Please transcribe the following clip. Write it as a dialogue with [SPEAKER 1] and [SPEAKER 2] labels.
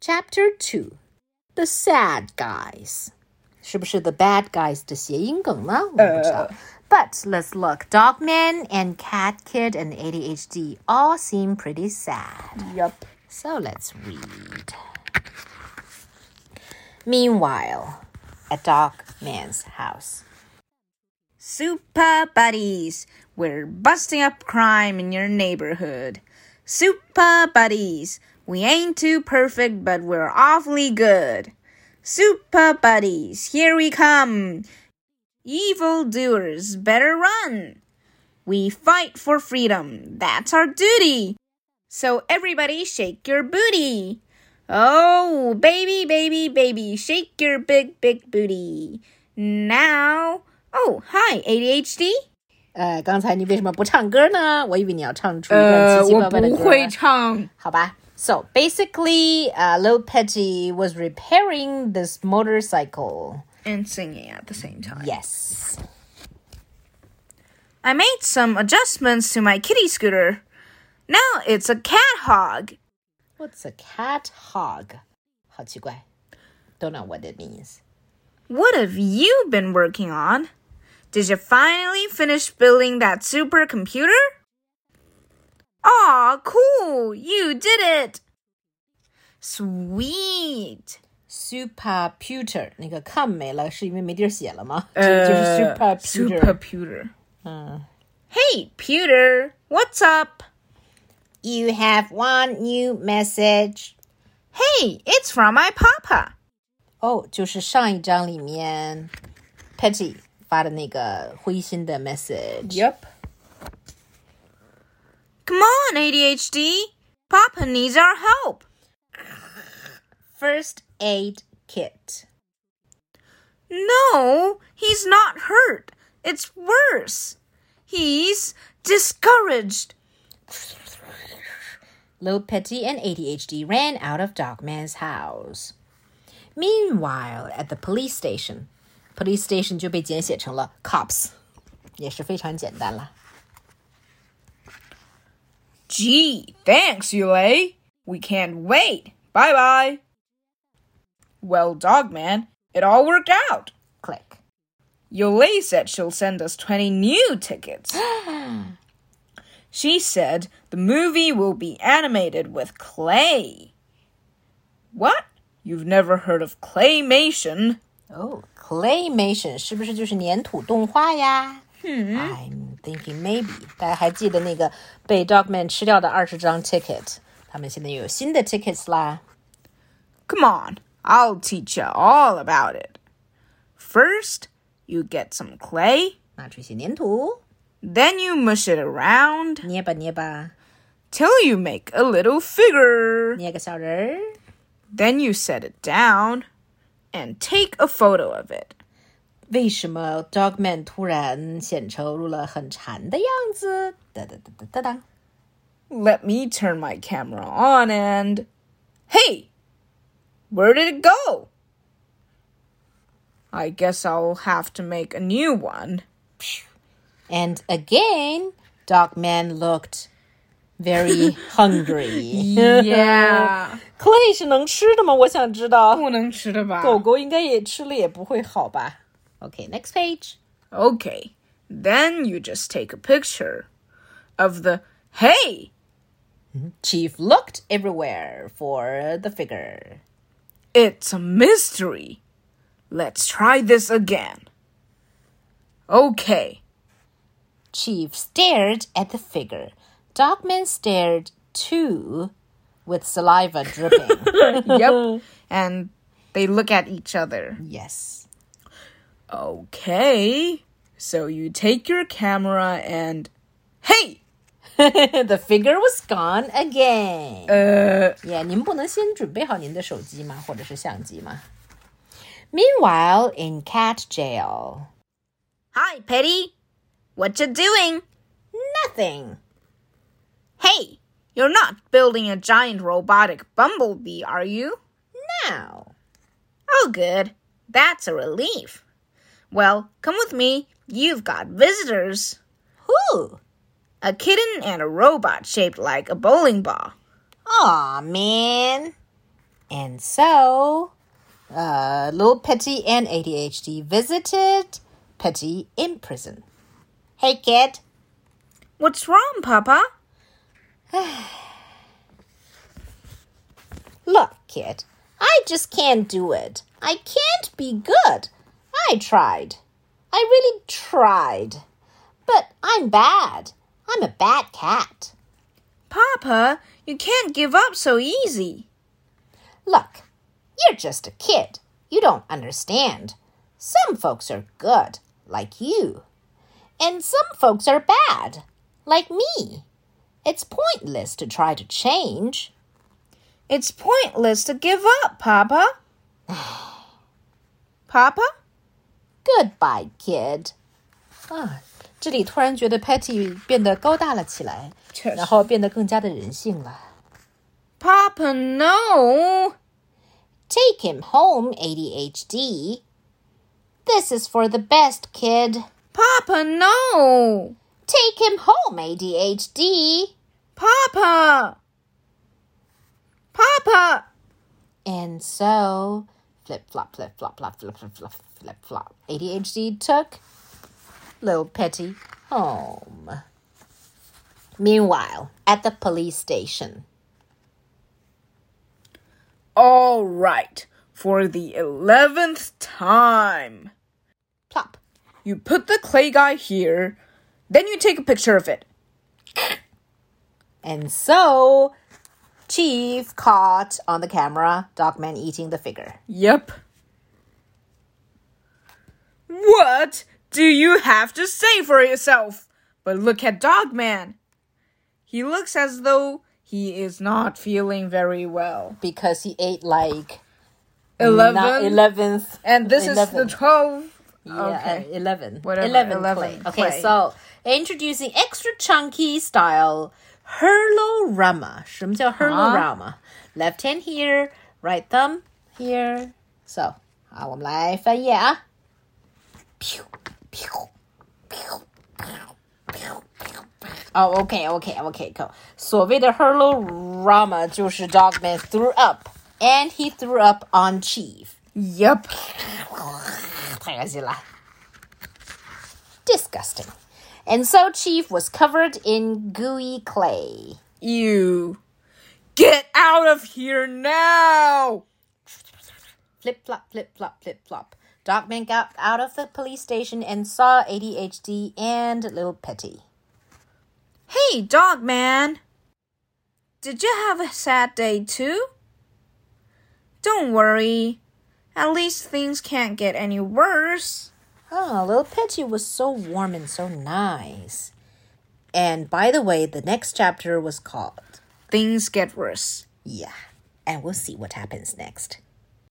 [SPEAKER 1] Chapter 2 The Sad Guys. 是不是 the bad guys 的谐音梗呢？我不知道。But let's look. Dogman and Cat Kid and ADHD all seem pretty sad.
[SPEAKER 2] Yup.
[SPEAKER 1] So let's read. Meanwhile, at Dogman's house.
[SPEAKER 2] Super Buddies, we're busting up crime in your neighborhood. Super Buddies, we ain't too perfect, but we're awfully good. Super Buddies, here we come. Evil doers, better run. We fight for freedom, that's our duty. So everybody shake your booty. Oh, baby, baby, baby, shake your big, big booty. Now, oh, hi, ADHD.
[SPEAKER 1] 呃，刚才你为什么不唱歌呢？我以为你要唱出一段奇奇怪怪的歌。
[SPEAKER 2] 唱。
[SPEAKER 1] 好吧。So basically, uh, Lil Petty was repairing this motorcycle.
[SPEAKER 2] And singing at the same time.
[SPEAKER 1] Yes.
[SPEAKER 2] I made some adjustments to my kitty scooter. Now it's a cat hog.
[SPEAKER 1] What's a cat hog? 好奇怪. Don't know what it means.
[SPEAKER 2] What have you been working on? Did you finally finish building that supercomputer? Aw, cool! You did it! Sweet!
[SPEAKER 1] Superputer 那个 com 没了，是因为没地儿写了吗？
[SPEAKER 2] Uh,
[SPEAKER 1] 就是 superputer。
[SPEAKER 2] Superputer. Hey, Pewter! What's up?
[SPEAKER 1] You have one new message.
[SPEAKER 2] Hey, it's from my papa.
[SPEAKER 1] 哦，就是上一章里面 Petty 发的那个灰心的 message。
[SPEAKER 2] Yep. Come on, ADHD! Papa needs our help!
[SPEAKER 1] First aid kit.
[SPEAKER 2] No, he's not hurt. It's worse. He's discouraged.
[SPEAKER 1] Lil Petty and ADHD ran out of Dogman's house. Meanwhile, at the police station, police station 就被简写成了 cops，也是非常简单了。
[SPEAKER 2] Gee, thanks, Yule. We can't wait. Bye bye. Well, Dogman, it all worked out.
[SPEAKER 1] Click.
[SPEAKER 2] Yole said she'll send us 20 new tickets. she said the movie will be animated with clay. What? You've never heard of claymation?
[SPEAKER 1] Oh, claymation 是不是就是粘土动画呀、i m thinking maybe。大家还记得那个被 Dogman 吃掉的二十张 ticket？他们现在又有新的 tickets 啦。
[SPEAKER 2] Come on, I'll teach you all about it. First, you get some clay,
[SPEAKER 1] 拿出一些粘土，
[SPEAKER 2] then you mush it around
[SPEAKER 1] 捏吧捏吧，
[SPEAKER 2] till you make a little figure.
[SPEAKER 1] 捏个小人儿。
[SPEAKER 2] Then you set it down and take a photo of it.
[SPEAKER 1] 为什么 Dogman 突然显出了很馋的样子？哒哒哒哒哒哒。
[SPEAKER 2] Let me turn my camera on and. Hey! Where did it go? I guess I'll have to make a new one.
[SPEAKER 1] And again, Dogman looked very hungry.
[SPEAKER 2] Yeah.
[SPEAKER 1] ，clay 是能吃的吗？我想知道。狗
[SPEAKER 2] 不能吃的吧？
[SPEAKER 1] 狗应该也吃了，也不会好吧？Okay, next page.
[SPEAKER 2] Okay, then you just take a picture of the hey,
[SPEAKER 1] Chief looked everywhere for the figure.
[SPEAKER 2] it's a mystery. Let's try this again. Okay,
[SPEAKER 1] Chief stared at the figure. Dogman stared too, with saliva dripping.
[SPEAKER 2] yep. and they look at each other.
[SPEAKER 1] yes.
[SPEAKER 2] Okay, so you take your camera and hey,
[SPEAKER 1] the figure was gone again.
[SPEAKER 2] 呃
[SPEAKER 1] Yeah, 您不能先准备好您的手机吗？或者是相机吗？Meanwhile, in cat jail,
[SPEAKER 2] hi, Petty. What you doing?
[SPEAKER 1] nothing.
[SPEAKER 2] Hey, you're not building a giant robotic bumblebee, are you?
[SPEAKER 1] Now,
[SPEAKER 2] Oh, good. That's a relief. Well, come with me. You've got visitors.
[SPEAKER 1] who?
[SPEAKER 2] A kitten and a robot shaped like a bowling ball.
[SPEAKER 1] Aw, man. And so, uh, little Petty and ADHD visited Petty in prison. Hey, kid.
[SPEAKER 2] What's wrong, Papa?
[SPEAKER 1] Look, kid. I just can't do it. I can't be good. I tried. I really tried. But I'm bad. I'm a bad cat.
[SPEAKER 2] Papa, you can't give up so easy.
[SPEAKER 1] Look, you're just a kid. You don't understand. Some folks are good, like you. And some folks are bad, like me. It's pointless to try to change.
[SPEAKER 2] It's pointless to give up, Papa. Papa?
[SPEAKER 1] Goodbye, kid. 啊，这里突然觉得 Patty 变得高大了起来，
[SPEAKER 2] 确实
[SPEAKER 1] 然后变得更加的人性了。
[SPEAKER 2] Papa, no.
[SPEAKER 1] Take him home, ADHD. This is for the best, kid.
[SPEAKER 2] Papa, no.
[SPEAKER 1] Take him home, ADHD.
[SPEAKER 2] Papa. Papa.
[SPEAKER 1] And so, flip flop, flip flop, flop, flip flop, flip flip flop. ADHD took little Petty home. Meanwhile, at the police station.
[SPEAKER 2] All right, for the eleventh time.
[SPEAKER 1] Plop.
[SPEAKER 2] You put the clay guy here, then you take a picture of it.
[SPEAKER 1] And so, Chief caught on the camera Dogman eating the figure.
[SPEAKER 2] Yep. What do you have to say for yourself? But look at Dogman. He looks as though he is not feeling very well.
[SPEAKER 1] Because he ate like
[SPEAKER 2] Eleven.
[SPEAKER 1] 11th.
[SPEAKER 2] And this is the 12th.
[SPEAKER 1] Yeah, uh, 11.
[SPEAKER 2] Whatever,
[SPEAKER 1] 11,
[SPEAKER 2] 11
[SPEAKER 1] play. Okay,
[SPEAKER 2] play.
[SPEAKER 1] so introducing extra chunky style hurlorama. 什么叫 hurlorama? Left hand here, right thumb here. So, 好，我们来翻页啊。Pew, pew, pew, pew, pew, pew. Oh, okay, okay, okay, cool. 所谓的 hurlorama 就是 Dogman threw up, and he threw up on Chief.
[SPEAKER 2] Yep.
[SPEAKER 1] 太恶心了。Disgusting. And so Chief was covered in gooey clay.
[SPEAKER 2] You. Get out of here now!
[SPEAKER 1] Flip flop, flip flop, flip flop. Dogman got out of the police station and saw ADHD and Little Petty.
[SPEAKER 2] Hey, Dogman. Did you have a sad day too? Don't worry. At least things can't get any worse.
[SPEAKER 1] Oh, Little Petty was so warm and so nice. And by the way, the next chapter was called
[SPEAKER 2] Things get worse.
[SPEAKER 1] Yeah. And we'll see what happens next.